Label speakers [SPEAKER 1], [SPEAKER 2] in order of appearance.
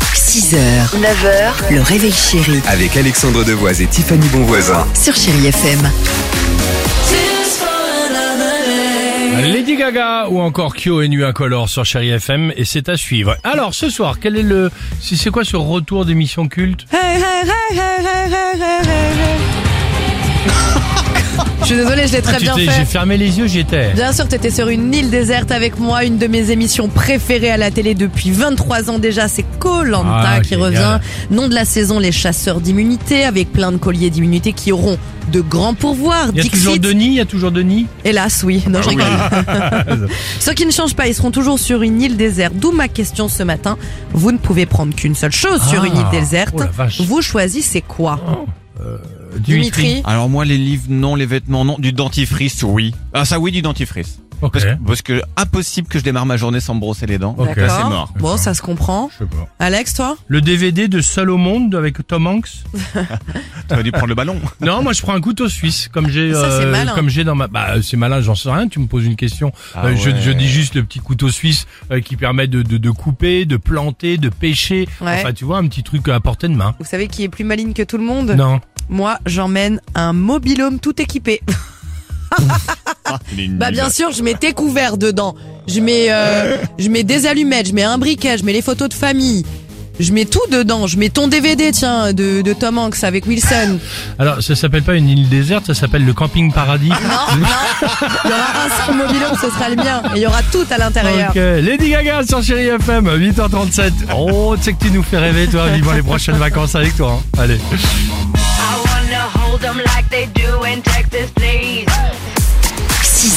[SPEAKER 1] 6h, 9h, le réveil chéri
[SPEAKER 2] Avec Alexandre Devoise et Tiffany Bonvoisin.
[SPEAKER 1] sur Chéri FM.
[SPEAKER 3] Lady Gaga ou encore Kyo et Nuit Incolore sur Chéri FM et c'est à suivre. Alors ce soir, quel est le c'est c'est quoi ce retour d'émission culte
[SPEAKER 4] Je suis désolée, je l'ai très
[SPEAKER 3] Ah, Tu
[SPEAKER 4] bien
[SPEAKER 3] t'es- J'ai
[SPEAKER 4] fait.
[SPEAKER 3] fermé les yeux, j'étais.
[SPEAKER 4] Bien sûr, t'étais sur une île déserte avec moi, une de mes émissions préférées à la télé depuis 23 ans déjà, c'est Colanta
[SPEAKER 3] Ah,
[SPEAKER 4] qui
[SPEAKER 3] génial.
[SPEAKER 4] revient. Nom de la saison, les chasseurs d'immunité, avec plein de colliers d'immunité qui auront de grands pourvoirs.
[SPEAKER 3] Il y a toujours
[SPEAKER 4] Dixit,
[SPEAKER 3] Denis, il y a toujours Denis.
[SPEAKER 4] hélas, oui.
[SPEAKER 3] Ah
[SPEAKER 4] Non, je rigole. Ceux qui ne changent pas, ils seront toujours sur une île déserte. D'où ma question ce matin. Vous ne pouvez prendre qu'une seule chose sur
[SPEAKER 3] Ah,
[SPEAKER 4] une île déserte.
[SPEAKER 3] oh la vache.
[SPEAKER 4] Vous choisissez quoi Euh, Dimitri
[SPEAKER 5] Alors moi les livres non, les vêtements non, du dentifrice oui. Ah ça oui du dentifrice.
[SPEAKER 3] Ok.
[SPEAKER 5] Parce, que, parce que impossible que je démarre ma journée sans me brosser les dents.
[SPEAKER 3] Ok. Ah,
[SPEAKER 5] Là, c'est mort.
[SPEAKER 4] Bon, ça se comprend.
[SPEAKER 3] Je sais pas.
[SPEAKER 4] Alex, toi
[SPEAKER 3] Le DVD de Seul au monde avec Tom Hanks.
[SPEAKER 5] Tu vas dû prendre le ballon.
[SPEAKER 3] Non, moi je prends un couteau suisse comme j'ai euh,
[SPEAKER 4] Ça, c'est malin.
[SPEAKER 3] comme j'ai dans ma bah c'est malin, j'en sais rien, tu me poses une question.
[SPEAKER 5] Ah
[SPEAKER 3] Euh, je,
[SPEAKER 5] ouais.
[SPEAKER 3] je dis juste le petit couteau suisse euh, qui permet de, de, de couper, de planter, de pêcher.
[SPEAKER 4] Ouais.
[SPEAKER 3] Enfin, tu vois un petit truc à portée de main.
[SPEAKER 4] Vous savez qui est plus maligne que tout le monde
[SPEAKER 3] Non.
[SPEAKER 4] Moi, j'emmène un mobilhome tout équipé.
[SPEAKER 3] Ah,
[SPEAKER 4] Bah bien sûr, je mets tes couverts dedans. Je mets, euh, je mets des allumettes, je mets un briquet, je mets les photos de famille. Je mets tout dedans. Je mets ton DVD, tiens, de, de Tom Hanks avec Wilson.
[SPEAKER 3] Alors, ça s'appelle pas une île déserte, ça s'appelle le camping paradis.
[SPEAKER 4] Il y aura un seul mobilhome, ce sera le mien. Et il y aura tout à l'intérieur.
[SPEAKER 3] Ok, euh, Lady Gaga sur Chéri FM, 8h37. Oh, tu sais que tu nous fais rêver, toi, vivant les prochaines vacances avec toi. hein. Allez.
[SPEAKER 6] I wanna hold them like they do in Texas, please.